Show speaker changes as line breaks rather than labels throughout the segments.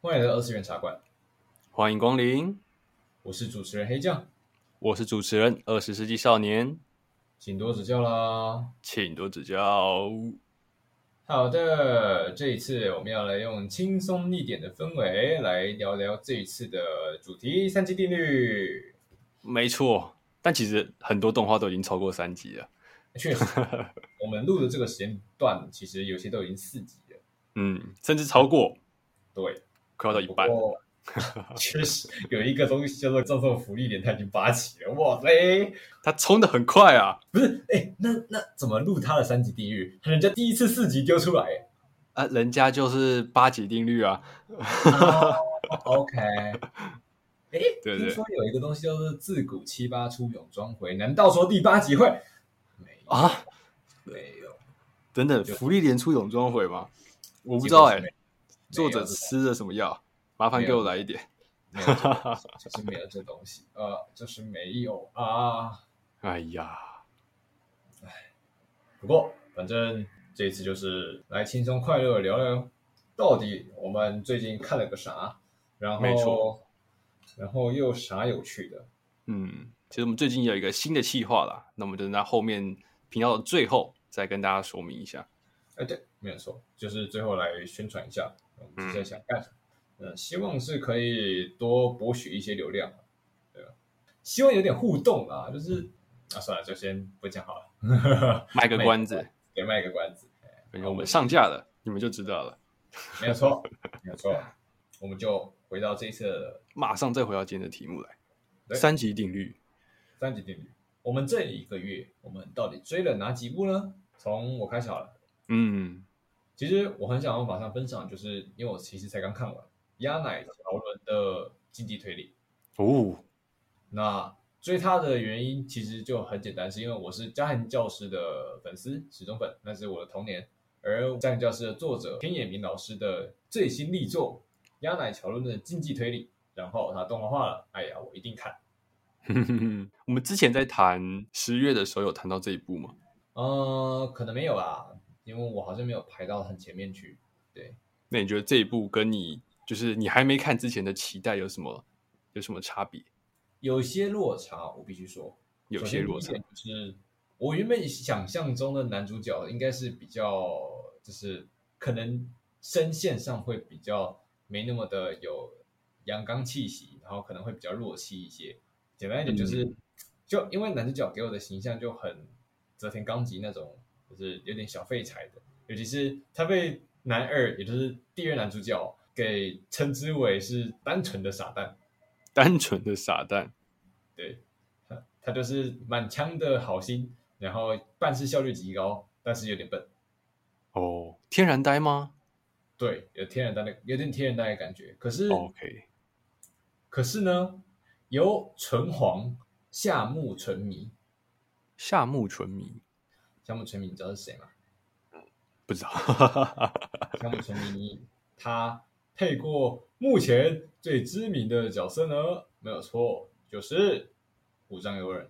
欢迎来到二次元茶馆，
欢迎光临，
我是主持人黑酱，
我是主持人二十世纪少年，
请多指教啦。
请多指教。
好的，这一次我们要来用轻松一点的氛围来聊聊这一次的主题——三级定律。
没错，但其实很多动画都已经超过三集了。
确 实，我们录的这个时间段，其实有些都已经四级了。
嗯，甚至超过，
对，
快要到一半
不。过 确实有一个东西叫做赠送福利点，它已经八级了。哇塞！
他冲的很快啊！
不是，哎，那那怎么录他的三级地狱？人家第一次四级丢出来耶。
啊，人家就是八级定律啊。
哦 OK，哎，
对
听说有一个东西叫做自古七八出勇装回，难道说第八集会？没有，
啊，
没有，
等等，
对
福利连出泳装毁吗？我不知道哎、
结果
作者
没有
吃了什么药？麻烦
没
给
有
我来一点。
是没有这东西， 就是没有这东西，呃，就是没有啊。
哎呀，
不过反正这一次就是来轻松快乐地聊聊，到底我们最近看了个啥，然后
没错
然后又有啥有趣的？
嗯，其实我们最近有一个新的计划啦，那我们就在后面频道的最后再跟大家说明一下。
哎，对，没有错，就是最后来宣传一下我们
嗯
现在想干什么。嗯、希望是可以多博取一些流量，啊对吧？希望有点互动啊，就是啊，算了，就先不讲好了，
卖个关子，
给卖个关子。哎
等我们上架了，你们就知道了。
没有错，没有错，我们就回到这一次的
马上再回到今天的题目来，
对
三级定律。
三级定律。我们这一个月，我们到底追了哪几部呢？从我开始好了。
嗯，
其实我很想要马上分享，就是因为我其实才刚看完鸭奶条伦的《经济推理》。
哦，
那追他的原因其实就很简单，是因为我是家庭教师的粉丝，始终粉，那是我的童年。而家庭教师的作者田野明老师的最新力作《鸭奶桥论的经济推理》，然后他动画化了，哎呀，我一定看。
我们之前在谈十月的时候有谈到这一部吗？
呃，可能没有啦，因为我好像没有排到很前面去。
那你觉得这一部跟你就是你还没看之前的期待有什么有什么差别？
有些落差，我必须说，
有些落
首先。
差
第一点就是我原本想象中的男主角应该是比较，就是可能声线上会比较没那么的有阳刚气息，然后可能会比较弱气一些。简单一点就是，
嗯
就因为男主角给我的形象就很泽田刚吉那种，就是有点小废柴的，尤其是他被男二，也就是第二男主角给称之为是单纯的傻蛋。
单纯的傻蛋，
对，他他就是满腔的好心，然后办事效率极高，但是有点笨，
哦，天然呆吗、
对，有天然呆的，有点天然呆的感觉。可是，
o k
可是呢，由纯黄夏目纯迷，
夏目纯迷
夏目纯迷你知道是谁吗？
不知道，
夏目纯迷他配过目前最知名的角色呢，没有错，就是五藏悠人。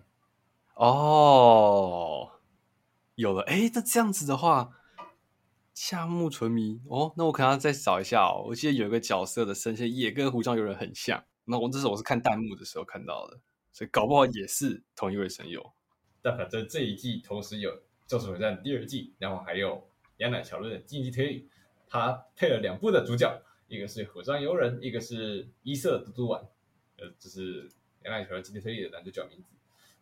哦，有了，哎，这这样子的话，夏目纯迷哦，那我可能要再找一下哦。我记得有一个角色的声线也跟胡章友人很像，那我这是我是看弹幕的时候看到的，所以搞不好也是同一位声优。
但反正这一季同时有《咒术回战》第二季，然后还有《杨乃桥论的竞技推理》，他配了两部的主角，一个是火山游人，一个是伊瑟嘟嘟丸，呃，就是《杨乃桥论竞技推理》的男主角名字。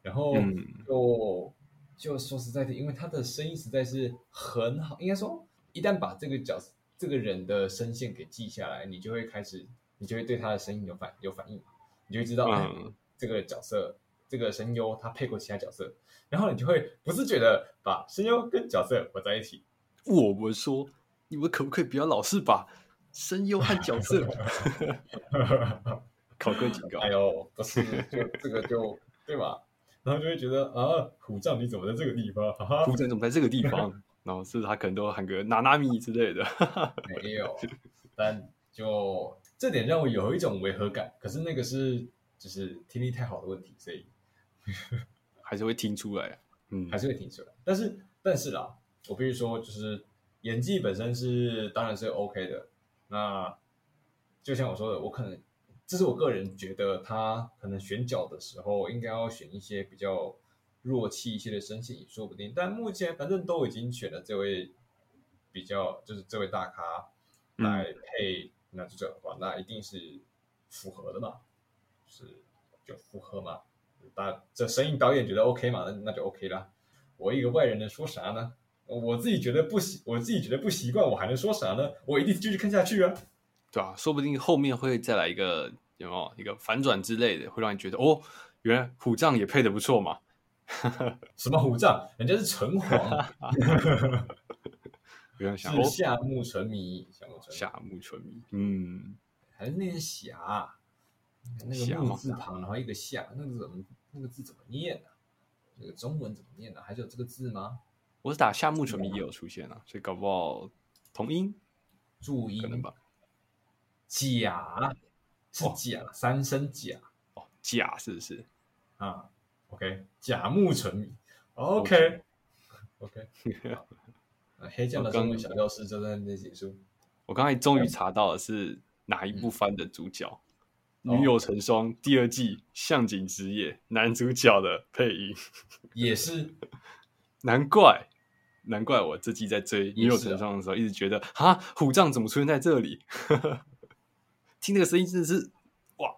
然后
嗯
就、就说实在的，因为他的声音实在是很好，应该说一旦把这个角色这个人的声线给记下来，你就会开始，你就会对他的声音有反有反应，你就会知道、哎
嗯
这个角色这个声优他配过其他角色，然后你就会不自觉的把声优跟角色混在一起。
我们说，你们可不可以不要老是把声优和 角色考个警告
哎？呦，不是，就这个就对吧？然后就会觉得啊，虎杖你怎么在这个地方？哈哈
胡，章怎么在这个地方？然后是不是他可能都喊个娜娜咪之类的。
没有，但就这点让我有一种违和感。可是那个是就是听力太好的问题，所以
还是会听出来。嗯
还，是会听出来。但是但是啦，我必须说，就是演技本身是当然是 OK 的。那就像我说的，我可能这是我个人觉得他可能选角的时候应该要选一些比较弱气一些的声线也说不定。但目前反正都已经选了这位比较就是这位大咖
嗯
来配男主角的话，那一定是符合的嘛，就是就符合嘛。那这声音导演觉得 OK 嘛，那那就 OK 啦。我一个外人能说啥呢？我自己觉得不习，我自己觉得不习惯，我还能说啥呢？我一定继续看下去啊。
对啊，说不定后面会再来一个有没有一个反转之类的，会让你觉得哦，原来虎杖也配的不错嘛。
什么虎杖？人家是城隍，
有人想
是
哦，
夏目沉迷，夏目沉迷
夏目纯迷，嗯，
还是念霞，那
霞
个
吗
木字旁，然后一个夏，那个怎么那个字怎么念啊？那个中文怎么念啊？还是有这个字吗？
我是打夏目纯迷也有出现啊，所以搞不好同音
注
可能
音
吧。
甲是
哦
甲，三声甲
哦，甲是不是
啊。OK，甲木沉迷。OK OK，黑酱的中文小教室就在那里结束。
我刚才终于查到了是哪一部番的主角，
嗯
女友成双》第二季向井直也男主角的配音，
也是
难怪。难怪我这季在追《女
也是啊
友成双》的时候，一直觉得啊，虎杖怎么出现在这里？ 听那个声音真的是哇，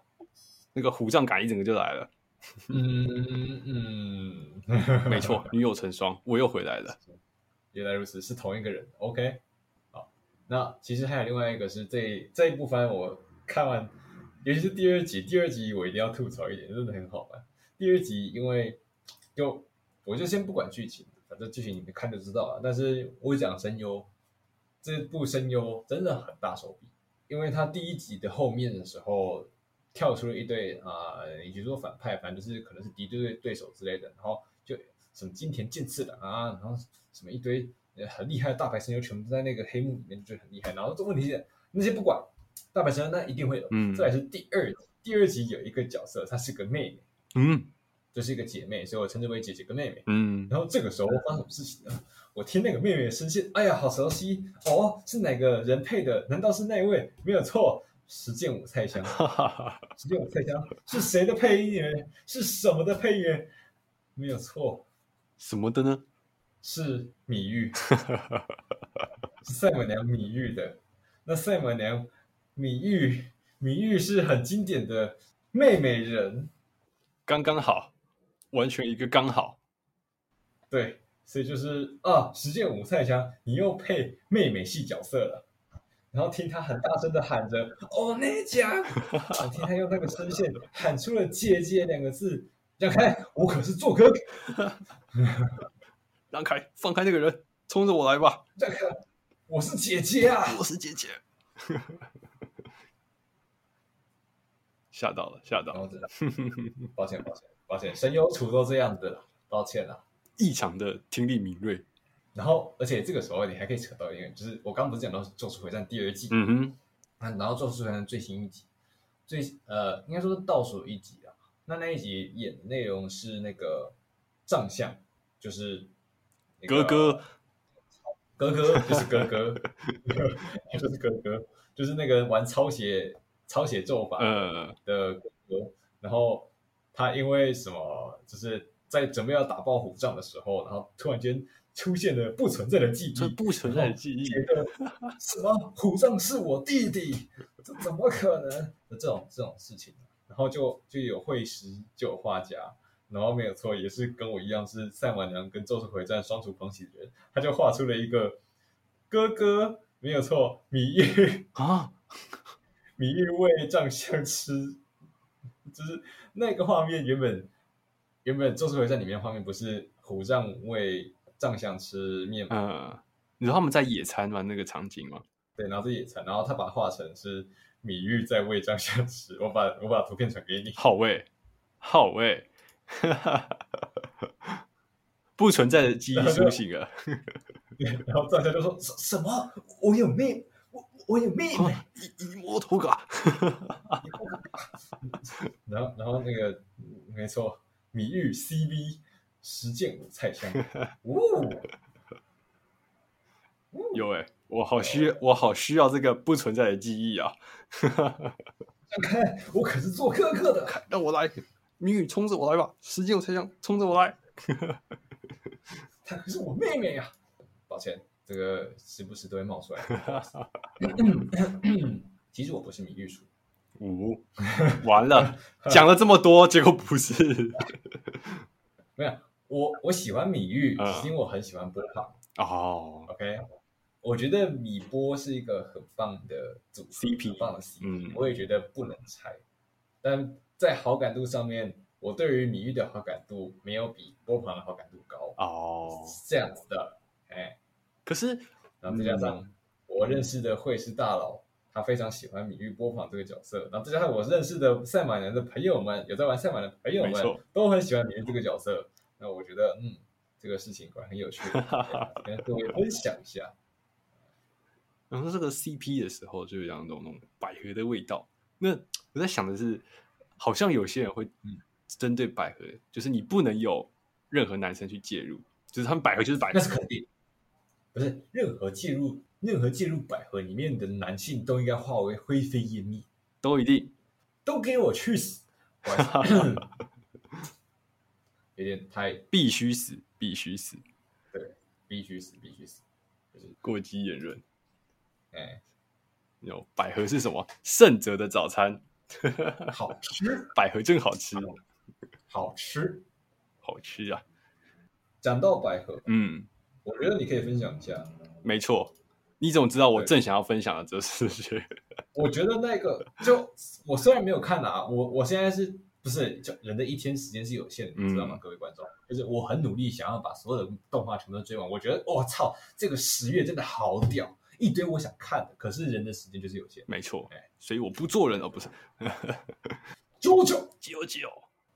那个虎杖感一整个就来 了。
嗯，
没错，《女友成双》，我又回来了。
原来如此，是同一个人。OK，好，那其实还有另外一个是这这一部番我看完，尤其是第二集，第二集我一定要吐槽一点，真的很好玩。第二集因为就我就先不管剧情，反正剧情你们看就知道了。但是我讲声优，这部声优真的很大手笔，因为他第一集的后面的时候跳出了一堆啊，也就是说反派，反正就是可能是敌对对手之类的，然后就什么金田健次郎啊，然后什么一堆呃很厉害的大牌声优，全部都在那个黑幕里面，就觉得很厉害。然后这问题是那些不管大牌声优，那一定会有。
嗯
再来是第二集，第二集有一个角色，她是个妹妹，
嗯
就是一个姐妹，所以我称之为姐姐跟妹妹。
嗯，
然后这个时候发生什么事情呢？我听那个妹妹的声线，哎呀，好熟悉哦，是哪个人配的？难道是那一位？没有错，石见武菜香，
哈哈哈，
石见武菜香是谁的配音员？是什么的配音员？没有错，
什么的呢？
是米玉，是赛马娘米玉的。那赛马娘米玉，米玉是很经典的妹妹人，
刚刚好，完全一个刚好。
对，所以就是啊，实践五菜香，你又配妹妹戏角色了，然后听她很大声的喊着“哦那家”，我听她用那个声线喊出了“姐姐”两个字，让开，我可是做哥哥，
让开，放开那个人，冲着我来吧！
让开，我是姐姐 啊！
我是姐姐。吓到了，吓到
然后
了！
真的，抱歉，抱歉，抱歉，声优处都这样子了，抱歉啊。
异常的听力敏锐。
然后，而且这个时候你还可以扯到一个，就是我刚不是讲到《咒术回战》第二季，
嗯哼，
啊，然后《咒术回战》最新一集，最呃，应该说是倒数一集啊。那那一集演的内容是那个藏相，就是、那
哥
个哥
哥，
哥就是哥哥，就是哥哥，就是那个玩抄写抄写咒法
呃，
的哥哥。然后他因为什么，就是在准备要打爆虎杖的时候，然后突然间出现了不存在的记忆，
这不存在的记忆。
觉得什么虎杖是我弟弟，这怎么可能？这种这种事情，啊然后就就有绘师，就有画家，然后没有错，也是跟我一样是赛马娘跟咒术回战双厨狂喜的人，他就画出了一个哥哥，没有错，米玉
啊，
米玉喂藏相吃，就是那个画面原本原本咒术回战里面的画面不是虎杖喂藏相吃面吗？
呃，你知道他们在野餐吗？那个场景吗？
对，然后是野餐，然后他把它画成是米玉在喂张相吃。我把我把图片传给你，
好味，好味， 不存在的记忆苏醒了。
然后张相就说什什么？我有妹，我我有妹妹。
啊一一摸头嘎，
然后然后那个嗯没错，米玉 CV 实践五菜香，哦，
有哎、我好需我好需要这个不存在的记忆啊！
看我可是做哥哥的，
让我来，命运冲着我来吧，时间有猜想，冲着我来。
她可是我妹妹呀、抱歉，这个时不时都会冒出来。 其实我不是米玉鼠，
五、完了，讲了这么多，结果不是
没有，我我喜欢米玉，
嗯
是因为我很喜欢波胖。
哦。
OK，我觉得米波是一个很棒的组合
CP
很棒的 CP，、
嗯
我也觉得不能拆。但在好感度上面，我对于米玉的好感度没有比波旁的好感度高，
哦，
是这样子的。哎，
可是
然后再加上
嗯
我认识的会师大佬，他非常喜欢米玉波旁这个角色，然后再加上我认识的赛马娘的朋友们，有在玩赛马的朋友
没
们
错
都很喜欢米玉这个角色，那我觉得嗯，这个事情果然很有 趣，哎跟各位分享一下。
然后这个 CP 的时候，就有两种那种百合的味道。那我在想的是，好像有些人会
嗯
针对百合，就是你不能有任何男生去介入，就是他们百合就是百
那，
合
是肯定，不是任何介入任何介入百合里面的男性都应该化为灰飞烟灭，
都一定
都给我去死！不好意思有点太
必须死，必须死，
必须死，必须死。
过激言论。
哎，
有百合是什么？胜者的早餐，
好吃，
百合真好吃，
好吃。
好吃啊！
讲到百合，
嗯，
我觉得你可以分享一下。
没错。你怎么知道我
对
正想要分享的就是这些？
我觉得那个就我虽然没有看啊，我我现在是不是就人的一天时间是有限的，你知道吗，
嗯
各位观众？就是我很努力想要把所有的动画全部都追完。我觉得我操，这个十月真的好屌，一堆我想看的，可是人的时间就是有限。
没错
哎，
所以我不做人哦，不是
啾啾，
九九。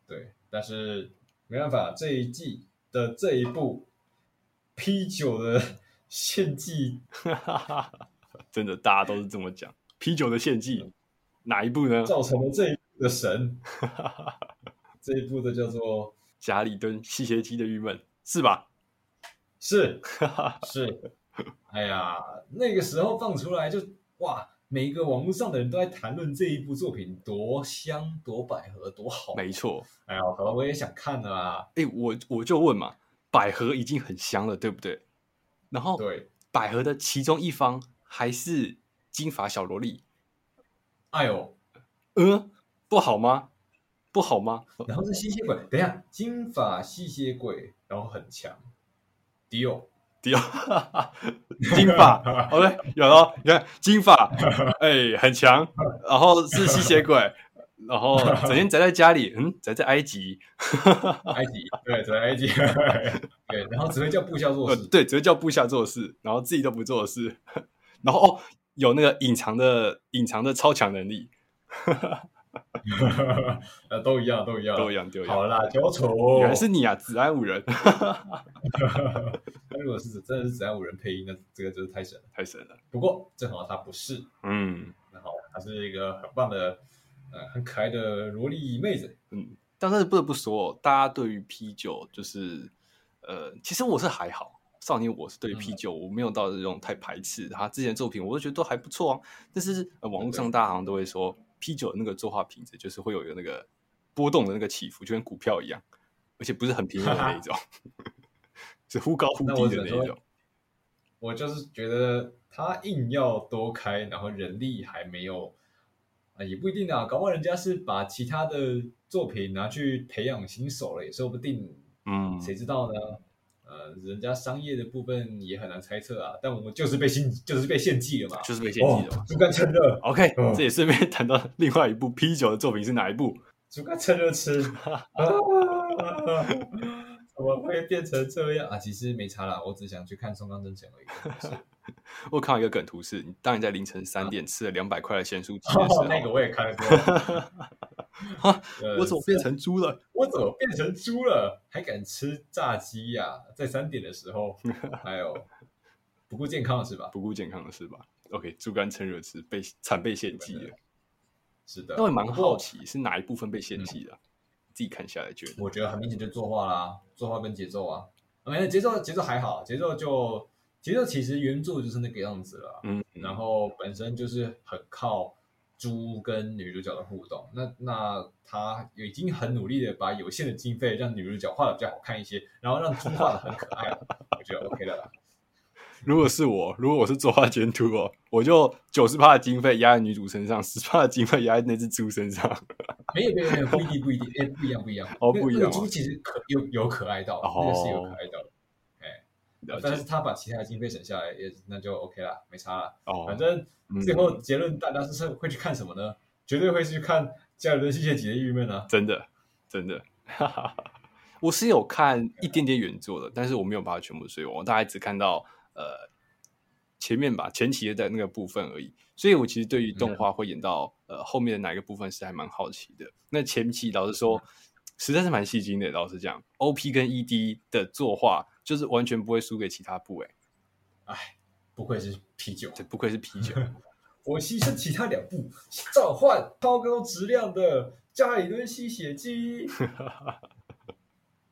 对，但是没办法，这一季的这一部 P 九的献祭，
真的，大家都是这么讲。啤酒的献祭哪一部呢？
造成了这一部的神，这一部的叫做
贾里敦吸血姬的郁闷是吧？
是是，哎呀，那个时候放出来就哇，每个网络上的人都在谈论这一部作品多香、多百合、多好。
没错。
哎呀，好了，我也想看了啊。
哎，我我就问嘛，百合已经很香了，对不对？然后
对，
百合的其中一方还是金发小萝莉，
哎呦，
嗯，不好吗？不好吗？
然后是吸血鬼，等一下，金发吸血鬼，然后很强，迪奥，
第二， 金发，OK，有了，你看金发，哎，很强，然后是吸血鬼，然后整天宅在家里，嗯，宅在埃及，
埃及，对，在埃及，对，然后只会叫部下做
呃，
事，
对，只会叫部下做事，然后自己都不做事， 然后哦，有那个隐藏的隐藏的超强能力，
呃，都一样，都一样，
都一样，都一样。
好啦，哦九楚，
原来是你啊，子安五人，
那如果是指真的是只要五人配音，那这个就是太神了。
太神了。
不过正好他不是，
嗯
然后她是一个很棒的，呃，很可爱的萝莉妹子。
嗯，但是不得不说哦，大家对于啤酒就是，呃，其实我是还好，少年我是对于
嗯
啤酒、我没有到这种太排斥。他之前的作品我都觉得都还不错啊，但是、呃、网络上大家好像都会说啤酒的那个作画品质就是会有一个那个波动的那个起伏，就跟股票一样，而且不是很平稳的那 一种，是忽高忽
那我
低
只
的
能
那一
说
种。
我就是觉得她硬要多开，然后人力还没有，啊、也不一定啊，搞不好人家是把其他的作品拿去培养新手了，也说不定，
嗯，
谁知道呢？呃，人家商业的部分也很难猜测啊，但我们就是被献，就是被献祭了嘛，
就是被献
哦
祭的嘛。
猪肝趁热，
OK，、
嗯
这也顺便谈到另外一部啤酒的作品是哪一部？
猪肝趁热 吃，啊，怎么会变成这样啊？其实没差啦，我只想去看松冈真诚而已。 是
我看到一个梗图是，你当你在凌晨三点吃了两百块的 咸酥鸡的时候，
啊哦，那个我也看 过。
哈
呃
啊我怎么变成猪了？
我怎么变成猪了？还敢吃炸鸡呀、在三点的时 候，还有不顾健康了是吧？
不顾健康的是吧？OK，猪肝趁热吃，被惨被献祭了。
是的，
那我也蛮
不过嗯
好奇是哪一部分被献祭的啊、自己看下来觉得。
哎我觉得很明显就作画啦，作画跟节奏啊，没有节奏节奏还好，节奏就节奏其实原著就是那个样子了啊，
嗯，
然后本身就是很靠猪跟女主角的互动。那那他已经很努力的把有限的经费让女主角画的比较好看一些，然后让猪画的很可爱，我觉得 OK 了啦。
如果是我，如果我是作画监督哦，我就九十趴的经费压在女主身上，十趴的经费压在那只猪身上。
没有没有没有，不一定不一定，哎，不一样不一样。
哦
那
不一样
那个猪其实可有有可爱到，那个是有可爱到的。
了
但是
解
他把其他的经费省下来，也那就 OK 啦，没差啦。
哦，
反正
嗯
最后结论，大家是会去看什么呢？绝对会去看《加尔顿吸血鬼的郁闷》啊。
真的真的， 哈哈哈。我是有看一点点原作的，但是我没有把它全部追完，我大概只看到呃前面吧，前期的那个部分而已。所以我其实对于动画会演到、呃后面的哪一个部分是还蛮好奇的。那前期老实说，实在是蛮戏精的。老实讲，OP 跟 ED 的作画就是完全不会输给其他部位、欸
哎，不愧是啤酒，
这不愧是啤酒。
我牺牲其他两部，召唤超高质量的加里敦吸血姬，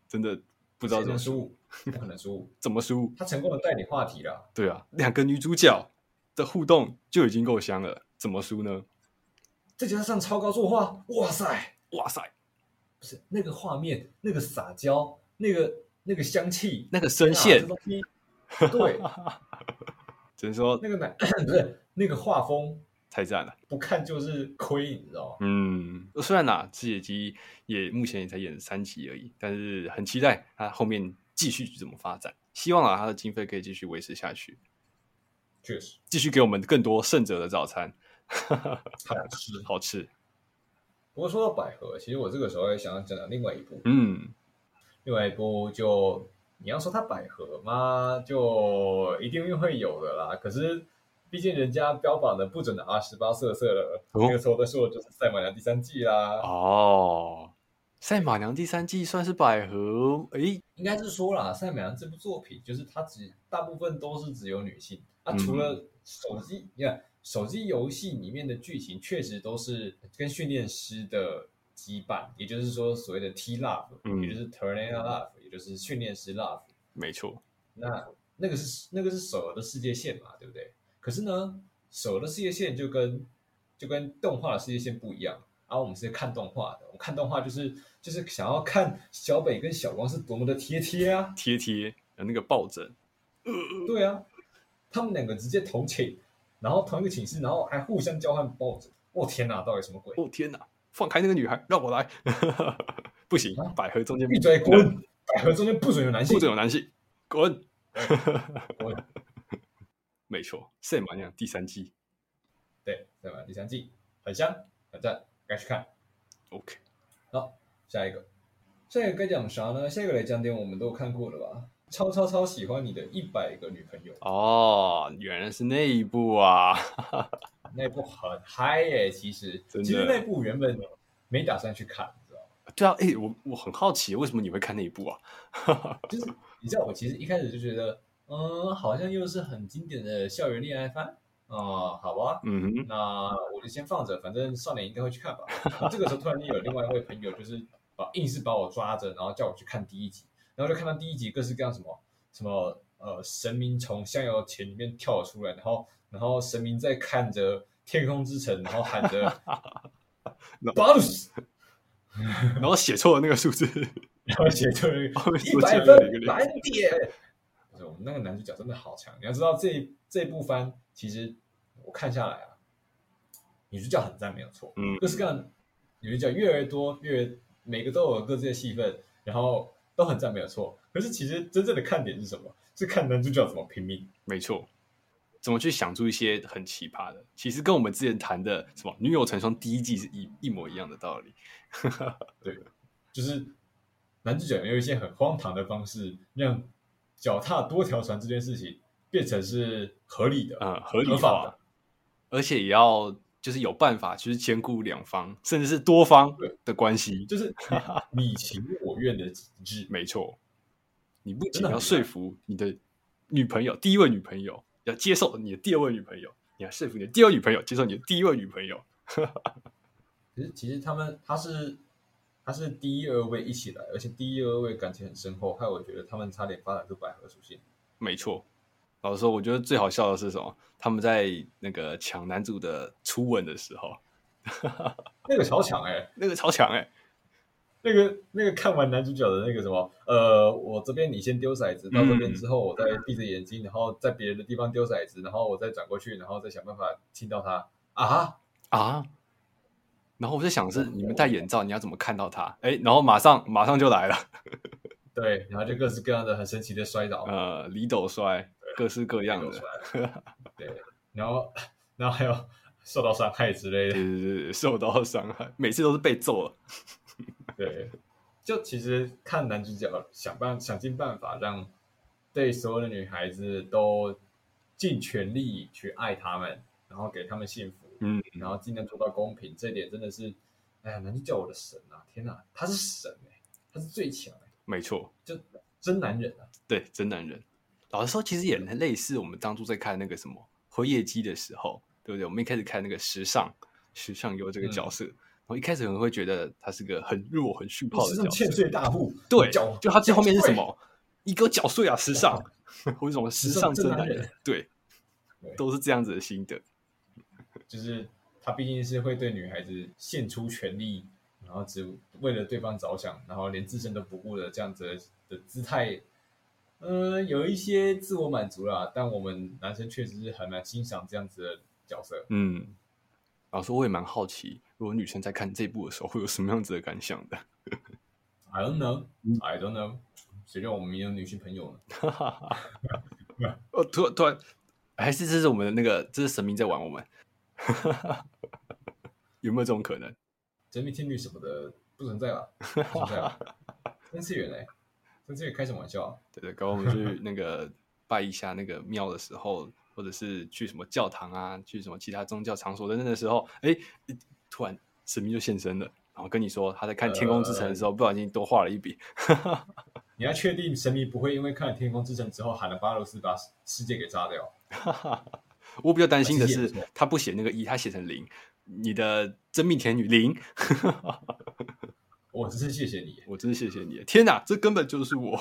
真的
不
不知道怎么输，
输，不可能输。
怎么输。
他成功的带领话题了，
对啊，两个女主角的互动就已经够香了，怎么输呢？
再加上超高作画，哇塞，
哇塞，
不是那个画面，那个撒娇，那个那个香气，
那个声线
这，东西，对，
只能说
那个奶 不是那个画风，
太赞了。
不看就是亏，你知道吗？
嗯，虽然呐，自野鸡也目前也才演了三集而已，但是很期待它后面继续怎么发展。希望啊，它的经费可以继续维持下去，
确实
继续给我们更多胜者的早餐，
好吃。
好吃。
不过说到百合，其实我这个时候也想要讲讲另外一部，
嗯，
另外一部就你要说它百合嘛，就一定会有的啦。可是毕竟人家标榜的不准的 R 十八色色了，
哦
那个时候在说的就是《赛马娘》第三季啦。
哦，赛马娘第三季算是百合，诶，
应该是说啦，《赛马娘》这部作品就是它只大部分都是只有女性啊，
嗯
除了手机，你看手机游戏里面的剧情确实都是跟训练师的羁绊，也就是说所谓的 T love，、
嗯
也就是 trainer love，也就是训练师 love。
没错，
那那个是那个是手游的世界线嘛，对不对？可是呢，手游的世界线就跟就跟动画的世界线不一样。啊，我们是看动画的，我们看动画就是就是想要看小北跟小光是多么的贴贴啊，
贴贴有那个抱枕，
对啊，他们两个直接同寝，然后同一个寝室，然后还互相交换抱枕。我、天哪，到底什么鬼？
哦天哪，放开那个女孩，让我来， 不行，百合中间
闭嘴滚！百合中间不准有男性
不，准有男性，滚！
滚
没错，赛马娘第三季
对，对吧？第三季很香，很赞，该去看。
，OK，
好，下一个，下一个该讲啥呢？下一个来讲点我们都看过的吧。超超超喜欢你的一百个女朋友，
哦，原来是那一部啊，
那一部很嗨耶、其实，
真的
其实那一部原本没打算去看，你知道吗？
对啊，哎、我我很好奇，为什么你会看那一部啊？
就是你知道，我其实一开始就觉得，嗯，好像又是很经典的校园恋爱番啊、哦好吧，
嗯哼，
那我就先放着，反正少年应该会去看吧。然后这个时候突然间有另外一位朋友，就是把硬是把我抓着，然后叫我去看第一集，然后就看到第一集各式各样什么什么呃神明从香油钱里面跳了出来，然后然后神明在看着天空之城，然后喊着巴鲁斯，
然后写错了那个数 字，
然后写出了
后面
一
多加
百
了一
分
个零
满点。不是我们那个男主角真的好强，你要知道这这部番其实我看下来啊，女主角很赞没有错，
嗯
各式各样的女主角越来越多，越每个都有各自的戏份，然后都很赞没有错。可是其实真正的看点是什么？是看男主角怎么拼命。
没错。怎么去想出一些很奇葩的？其实跟我们之前谈的什么《女友成双》第一季是一一模一样的道理。
就是男主角有一些很荒唐的方式，让脚踏多条船这件事情变成是合理的，
呃合理
合法
化，而且也要就是有办法，就是兼顾两方甚至是多方
对
的关系。
就是你你情我愿的极致。
没错，你不
真
仅
的很
要说服你的女朋友，第一位女朋友要接受你的第二位女朋友，你要说服你的第二位女朋友接受你的第一位女朋友。
可是其实他们他是他是第一二位一起来，而且第一二位感情很深厚，害我觉得他们差点发展出百合属性。
没错，老实说，我觉得最好笑的是什么？他们在那个抢男主的初吻的时候，
那个超强哎、
那个超强哎、
那个那个看完男主角的那个什么，呃，我这边你先丢骰子，到这边之后我再闭着眼睛，然后在别的地方丢骰子，然后我再转过去，然后再想办法亲到他啊！
啊！然后我就想是你们戴眼罩，你要怎么看到他？哎，然后马上马上就来了，
对，然后就各式各样的很神奇的摔倒，
呃，李斗摔，各式各样的，
对，然后 然后还有受到伤害之类的，
就是受到伤害，每次都是被揍了。
对，就其实看男主角想办想尽办法让对所有的女孩子都尽全力去爱她们，然后给她们幸福，
嗯，
然后尽量做到公平，这一点真的是，哎呀，男主角我的神啊！天哪，他是神哎、他是最强哎、
没错，
就真男人啊！
对，真男人。老实说，其实也很类似我们当初在看那个什么《辉夜姬》的时候，对不对？我们一开始看那个时尚时尚优这
嗯
个角色，然后一开始可能会觉得他是个很弱、很虚泡
是
的
这种
角
欠
色，
税大户，
对，
缴
就他最后面是什？ 么？你给我缴税啊！时尚，或者什么时
时尚
尚
正
真
男
男
人
人，对
对，
都是这样子的心得。
就是他毕竟是会对女孩子献出全力，然后只为了对方着想，然后连自身都不顾的这样子的姿态，呃，有一些自我满足啦。但我们男生确实是很难欣赏这样子的角色。
嗯，老实说，我也蛮好奇，如果女生在看这部的时候会有什么样子的感想的。
I don't know, I don't know，谁叫我们也有女性朋友呢？
哦，突然突然，还是这是我们的那个，这是神明在玩我们， 有没有这种可能？
真命天女什么的不存在了，不存在了。三次元嘞，三次元开什么玩笑啊、
对对，搞不好我们去那 个拜一下那个庙的时候，或者是去什么教堂啊，去什么其他宗教场所等等的时候，哎，突然神明就现身了，然后跟你说他在看《天空之城》的时候，不小心多画了一笔。
你要确定神明不会因为看了《天空之城》之后喊了巴罗斯把世界给炸掉？
我比较担心的
还是
是
写错，
他不写那个一，他写成零。你的真命天女零，
我只是谢谢你。
我真是谢谢你！天哪，这根本就是我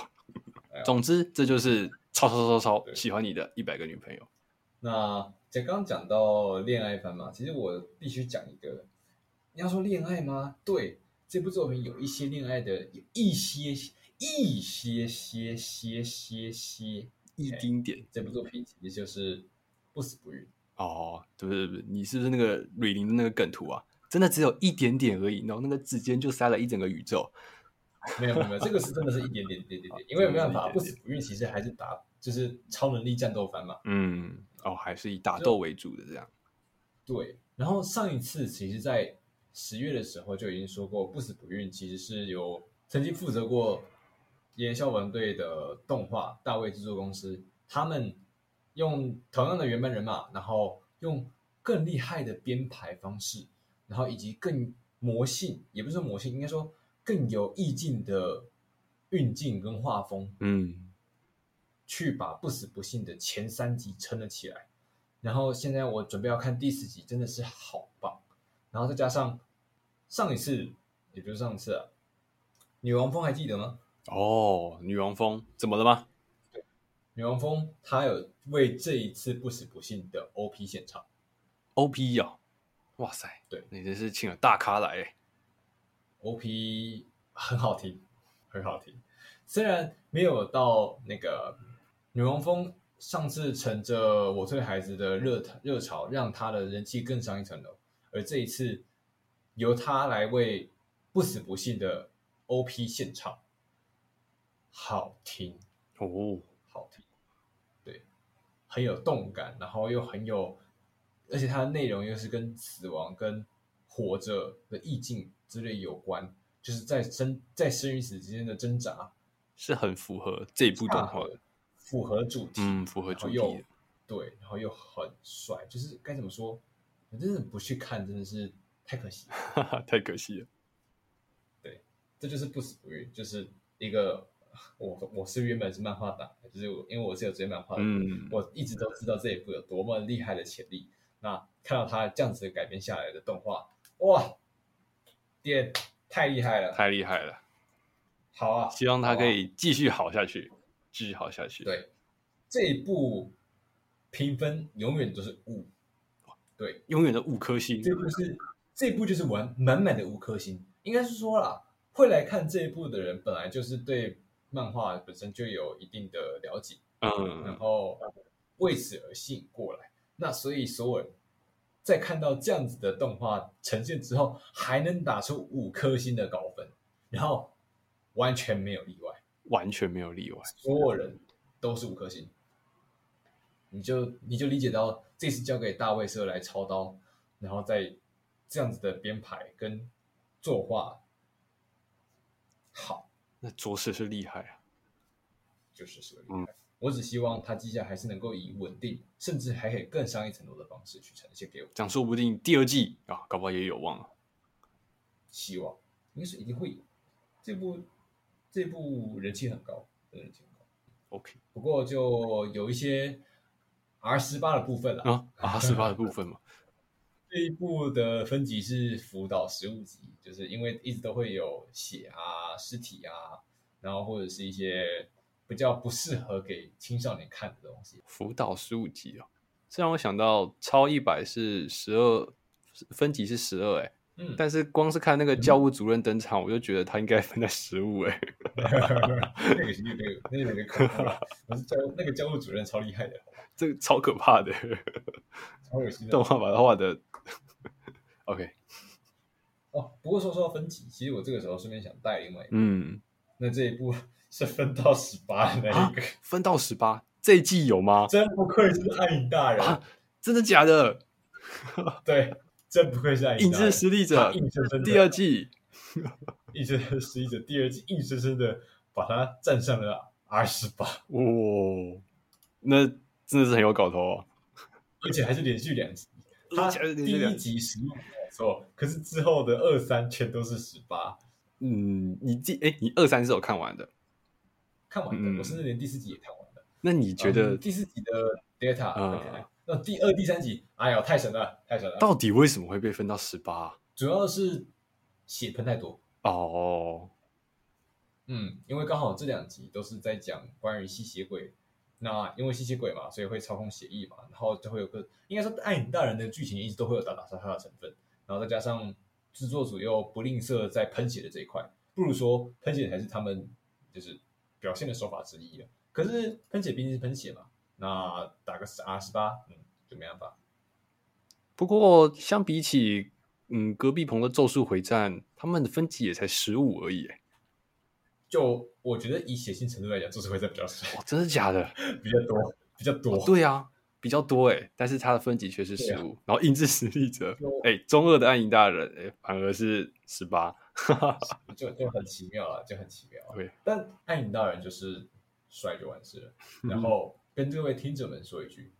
哎呀。
总之，这就是超超超
对
超喜欢你的一百个女朋友。
那讲刚刚讲到恋爱番嘛，其实我必须讲一个，你要说恋爱吗？对，这部作品有一些恋爱的，有一些一些些些些些，
一丁点
这部作品其实就是不死不渝。
哦，对不对？对不对你是不是那个吕林的那个梗图啊？真的只有一点点而已，然后那个指尖就塞了一整个宇宙。
没有没有没有，这个是真的是一点点点点点，因为没办法，
真
不
的是
死
一点点
不渝其实还是打就是超能力战斗番嘛。
嗯，哦，还是以打斗为主的这样。
对，然后上一次其实，在十月的时候就已经说过，《不死不运》其实是由曾经负责过《炎消防队》的动画大卫制作公司，他们用同样的原班人马，然后用更厉害的编排方式，然后以及更魔性，也不是说魔性，应该说更有意境的运镜跟画风，
嗯，
去把《不死不幸》的前三集撑了起来。然后现在我准备要看第四集，真的是好棒。然后再加上上一次，也不是上次啊，女王蜂还记得吗？
哦，女王蜂怎么了吗？
女王蜂她有为这一次《不死不幸》的 OP 现场，
OP 哦，哇塞，
对
你真是请了大咖来欸。
OP 很好听，很好听。虽然没有到那个女王蜂上次乘着我推孩子的热热潮，让她的人气更上一层楼，而这一次由她来为不死不幸的 OP 献唱，好听，
哦，
好听，对，很有动感，然后又很有，而且它的内容又是跟死亡、跟活着的意境之类有关，就是在生在生与死之间的挣扎，呃
是很符合这一部动画的，
符合主题，
嗯，符合主题
啊然后
的
又。对，然后又很帅，就是该怎么说，你真的不去看真的是太可惜了，
哈哈， 太可惜了。
这就是不死不渝，就是一个。 我我是原本是漫画党，就是我因为我是有追漫画的，
嗯，
我一直都知道这一部有多么厉害的潜力。那看到它这样子改编下来的动画，哇，爹太厉害了！
太厉害了，
好啊，
希望
好
他
啊
可以继续好下去，继续好下去。
对这一部评分永远都是五，对，
永远的五颗星。
这部是这部就是完满满的五颗星，应该是说啦，会来看这一部的人本来就是对漫画本身就有一定的了解，然
嗯，
后为此而吸引过来。那所以所有人在看到这样子的动画呈现之后，还能打出五颗星的高分，然后完全没有意外，
完全没有例外。
所有人都是五颗星，你就你就理解到这次交给大卫社来操刀，然后再这样子的编排跟作画，好，
那着实是厉害啊！
就是这个厉
嗯
害。我只希望他接下来还是能够以稳定，甚至还可以更上一层楼的方式去呈现给我，
讲说不定第二季啊，搞不好也有望啊。
希望应该是一定会有。这部这部人气很高，真的人气很高。
OK
不过就有一些 R 十八的部分啦，
啊啊，十八的部 分嘛，
这一部的分级是福岛十五级，就是因为一直都会有血啊、尸体啊，然后或者是一些比较不适合给青少年看的东西。
福岛十五级哦，这让我想到超一百是十二，分级是十二哎，
嗯，
但是光是看那个教务主任登场，我就觉得他应该分在十五哎，
那个是有点那个有点恐怖了。我是教那个教务主任超厉害的，
这个超可怕的，
超恶心的
动。画把它画的 OK，
哦，不过说说到分级，其实我这个时候顺便想带另外一个，
嗯，
那这一部是分到十八的那一个，
分到十八，这一季有吗？
真不愧是暗影大人，
啊真的假的？
对，真不愧是暗影
影
大人
之。实力者
他硬生生的
第二季，
硬生生十一者第二季硬生生的把它站上了 R 十八，
哇、那真的是很有搞头、哦。
而且还是连续两集。它
而且还是连
第
续两
一集十五没有错，可是之后的二三全都是十八。
嗯，你第哎，你二三是有看完的，
看完
嗯
的，我甚至连第四集也看完了。
那你觉得
嗯第四集的 data
嗯
很可爱，那第二、第三集，哎呀，太神了，太神了！
到底为什么会被分到十八？
主要是血喷太多，
哦，
嗯，因为刚好这两集都是在讲关于吸血鬼，那因为吸血鬼嘛，所以会操控血液嘛，然后就会有个应该说《爱你大人》的剧情一直都会有打打杀杀的成分，然后再加上制作组又不吝啬在喷血的这一块，不如说喷血才是他们就是表现的手法之一了。可是喷血毕竟是喷血嘛，那打个十 R 十八，嗯，就没办法。
不过相比起嗯隔壁棚的《咒术回战》，他们的分级也才十五而已，哎
就我觉得以血腥程度来讲，就是会在比较
哇，真的假的？
比较多，比较多。
对啊，比较多哎，但是他的分级却是
对
十
啊
五、然后硬质实力者
就
哎，中二的暗影大人哎，反而是十八，
就就很奇妙了，就很奇妙了。
对，
但爱你大人就是帅就完事了。然后跟各位听者们说一句：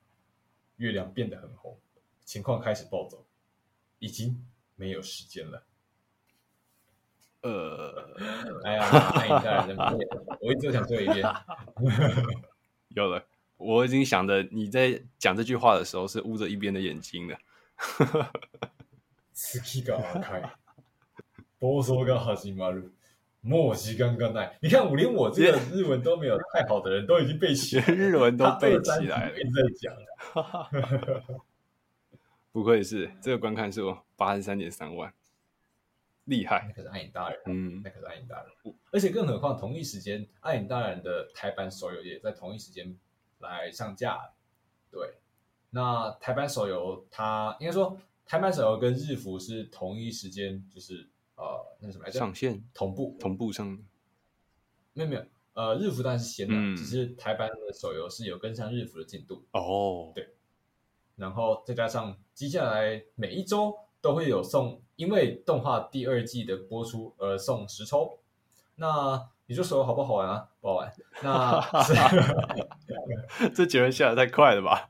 月亮变得很红，情况开始暴走，已经没有时间了。
呃，
哎呀，爱你大人的面，我一直都想说一遍，
有了，我已经想着你在讲这句话的时候是捂着一边的眼睛的。
好きが赤い，暴走が始まる。もう時間がない。你看，我连我这个日文都没有太好的人，都已经背起来了，
日文都
他
背
二三
起来
集
了
一直在讲。
不愧是这个观看数八十三点三万，厉害
那。可是爱你大人。啊
嗯
那，可是爱你大人，啊而且更何况同一时间，爱你大人的台版手游也在同一时间来上架。对，那台版手游它应该说台版手游跟日服是同一时间，就是呃那是什么来着？
上线
同步？
同步上，
没有没有，呃日服当然是先的，
嗯
只是台版的手游是有跟上日服的进度，
哦，
对然后再加上接下来每一周都会有送，因为动画第二季的播出而送十抽。那你说手游好不好玩啊？不好玩。那是
这结论下的太快了吧？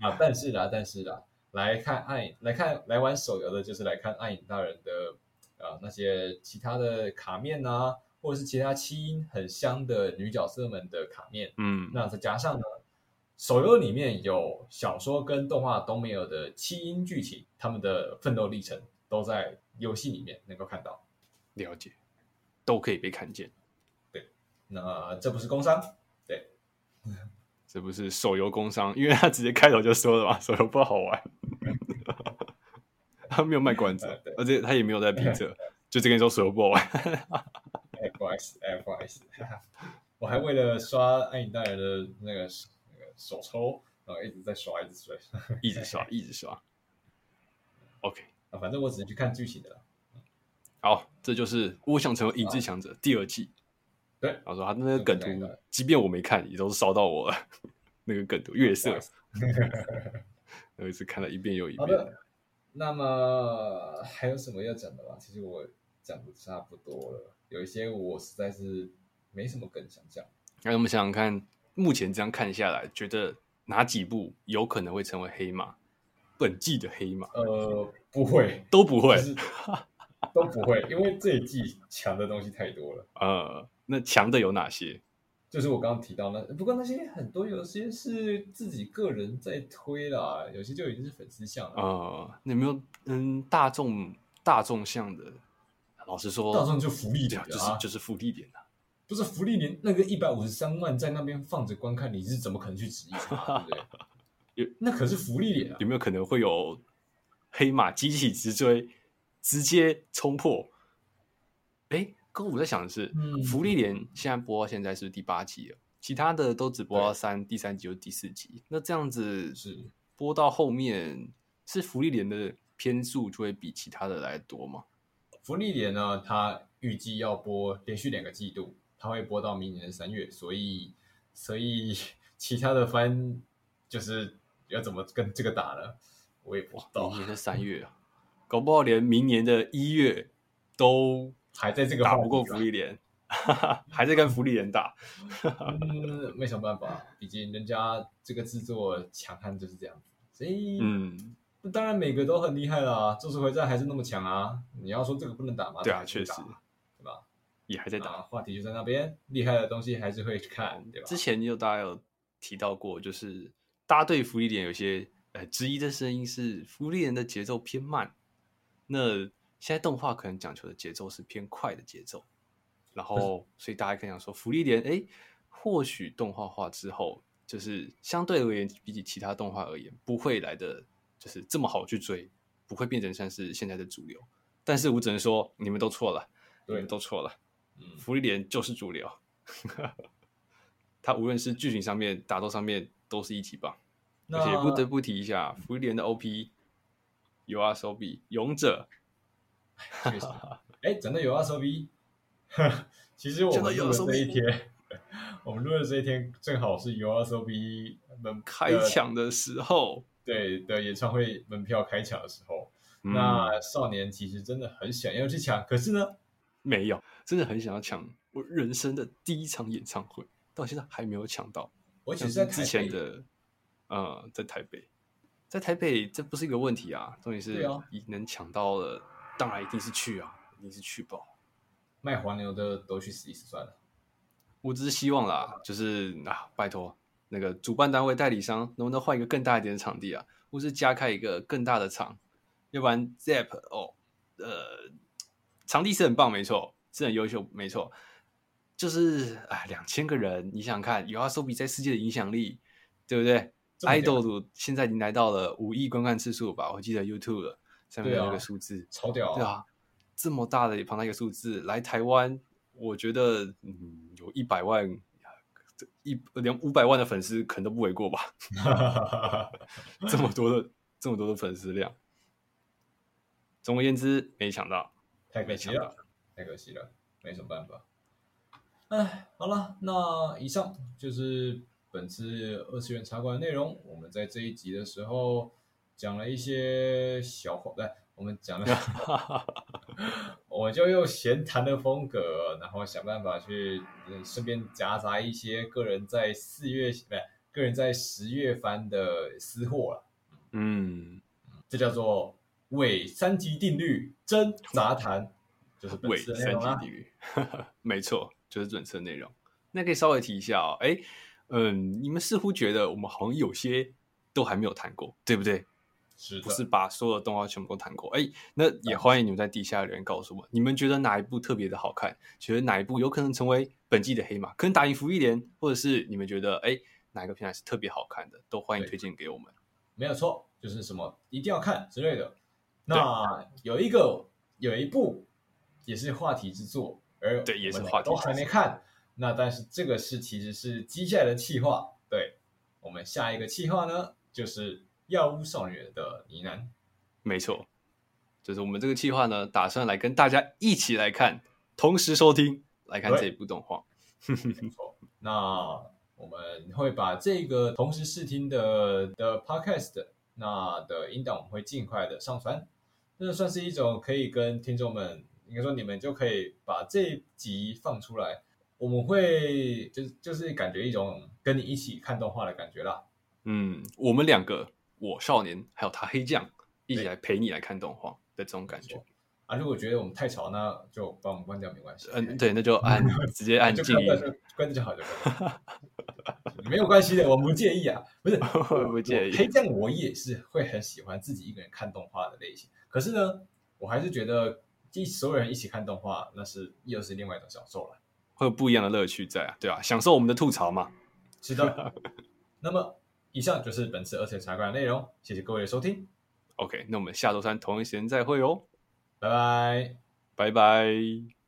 啊，但是啦，但是啦，来看暗影，来看来玩手游的，就是来看暗影大人的呃那些其他的卡面啊，或者是其他七音很香的女角色们的卡面。
嗯，
那再加上呢，手游里面有小说跟动画都没有的七音剧情，他们的奋斗历程都在游戏里面能够看到。
了解，都可以被看见。
那这不是工伤，对，
这不是手游工商，因为他直接开头就说了嘛， 手游不好 玩，他没有卖关子
啊对，
而且他也没有 在评测，就只跟你说手游不好玩。
哎，不好意思，哎，不好意思，哈哈 我还为了刷《暗影大人》的那个那个手抽，然后一直在刷，一直在刷。
一直刷，一直刷。OK，
啊，反正我只能去看剧情的了。
好，这就是《我想成为影之强者》第二季。
对
然后说他那个梗
这个
图
来，
即便我没看，也都是烧到我了。 那个梗图月色， 我一次看了一遍又一
好
遍。
的，那么还有什么要讲的吧？其实我讲的差不多了，有一些我实在是没什么梗想讲。
那我们想想看，目前这样看下来，觉得哪几部有可能会成为黑马？本季的黑马
呃，不会，
都不会
就。是都不会，因为这一季强的东西太多了。
呃，那强的有哪些？
就是我刚刚提到那，不过那些很多有些是自己个人在推啦，有些就已经是粉丝向了。
呃，有没有嗯大众大众向的？老实说，
大众就福利点
就
的
是
啊，
就是复利点啊。
不是福利连那个一百五十三万在那边放着观看，你是怎么可能去质疑它，对不对？
有
那可是福利脸啊！
有没有可能会有黑马集体直追，直接冲破？哎，哥，我在想的是，
嗯
福利连现在播到现在是第八集了，其他的都只播到三，第三集就第四集。那这样子
是
播到后面，是福利连的篇数就会比其他的来得多吗？
福利连呢，它预计要播连续两个季度，它会播到明年的三月，所以 所以其他的番就是要怎么跟这个打呢？我也不知道
明，年的三月啊，搞不好连明年的一月都
还在这个话
打不啊
题
过
吧
福利连， 哈哈，还在跟福利连打。
嗯，没想办法，毕竟人家这个制作强悍就是这样子，所以
嗯，
当然每个都很厉害啦，咒术回战还是那么强啊。你要说这个不能打吗？
对啊，
还是
确
能
实
打对吧？
也还在打。
啊，话题就在那边，厉害的东西还是会去看，对吧？
之前有大家有提到过，就是大家对福利点有些呃质疑的声音是福利点的节奏偏慢，那现在动画可能讲求的节奏是偏快的节奏，然 后所以大家可以想说福利点，哎，或许动画化之后，就是相对而言比起其他动画而言，不会来的就是这么好去追，不会变成像是现在的主流。但是我只能说，你们都错了，你
对
们都错了。
嗯，
福利连就是主流， 它无论是剧情上面、打斗上面都是一级棒。
那
而且不得不提一下，福利连的 OP 有啊手比勇者，
确实， 哎，讲到有二手 B，其实我
讲到
们
有
录的这一
SOB
天， 我们录的这一天正好是有二手 B 门
开抢的时候，
对的演唱会门票开抢的时候，
嗯
那少年其实真的很想要去抢，可是呢，
没有，真的很想要抢我人生的第一场演唱会，到现在还没有抢到。
我只
像
是在
是
台
之前
北
的，呃，在台北，在台北这不是一个问题啊，重点
对
是
啊
你能抢到了，当然一定是去啊，一定是去爆。
卖黄牛的都去死一死算了。
我只是希望啦，就是啊，拜托那个主办单位、代理商能不能换一个更大一点的场地啊，或是加开一个更大的场，要不然 Zep 哦，呃，场地是很棒，没错，是很优秀，没错，就是啊，两千个人，你想想看，有阿手比在世界的影响力，对不对
这么屌
？idol 现在已经来到了五亿观看次数吧，我记得 YouTube 了上面有
对啊
那个数字，
超屌、
对，啊，这么大的庞大一个数字来台湾，我觉得嗯，有一百万，这一连五百万的粉丝可能都不为过吧。 啊 这么多的这么多的粉丝量，总而言之，没抢到，
太
没
可惜
抢
了
到，，
太可惜了，没什么办法。哎，好了，那以上就是本次二次元茶馆的内容。我们在这一集的时候讲了一些小话，来，我们讲了， 我就用闲谈的风格，然后想办法去嗯顺便夹杂一些个人在四月，不是个人在十月番的私货了。
嗯，
这叫做伪三级定律真杂谈，就是本
伪
次的内
三
容啊
级
啦
地狱， 没错，就是准测内容。那可以稍微提一下哦，哎，嗯，你们似乎觉得我们好像有些都还没有谈过，对不对？
是的，
不是把所有的动画全部都谈过。哎，那也欢迎你们在底下留言告诉我，你们觉得哪一部特别的好看？觉得哪一部有可能成为本季的黑马，可能打赢福一连，或者是你们觉得哎哪一个平台是特别好看的，都欢迎
对
推荐给我们。
没有错，就是什么一定要看之类的。那有一个有一部也是话题之作，而
对也是
我们
话题
都
之
还没
作
看。那但是这个是其实是接下来的企划，对我们下一个企划呢，就是《药物少女的呢喃》。
没错，就是我们这个计划呢，打算来跟大家一起来看，同时收听来看
对
这一部动画。
那我们会把这个同时试听的的 podcast 那的音档，我们会尽快的上传。那算是一种可以跟听众们，应该说你们就可以把这一集放出来，我们会就是就是感觉一种跟你一起看动画的感觉啦。
嗯，我们两个，我少年还有他黑酱，一起
对
来陪你来看动画的这种感觉。
啊，如果觉得我们太吵，那就把我们关掉没关系。
嗯，对，那就 按直接按
就
静
关
音
掉，就关掉就好，就关掉 没有关系的，我们不介意啊，不 是
我不介意
黑酱我也是会很喜欢自己一个人看动画的类型，可是呢，我还是觉得一所有人一起看动画，那是又是另外一种享受了。
会有不一样的乐趣在啊，对啊，享受我们的吐槽嘛。
是 的，那么以上就是本次二次元茶馆的内容，谢谢各位的收听，
OK，那我们下周三同一时间再会哦，
拜拜。
拜拜。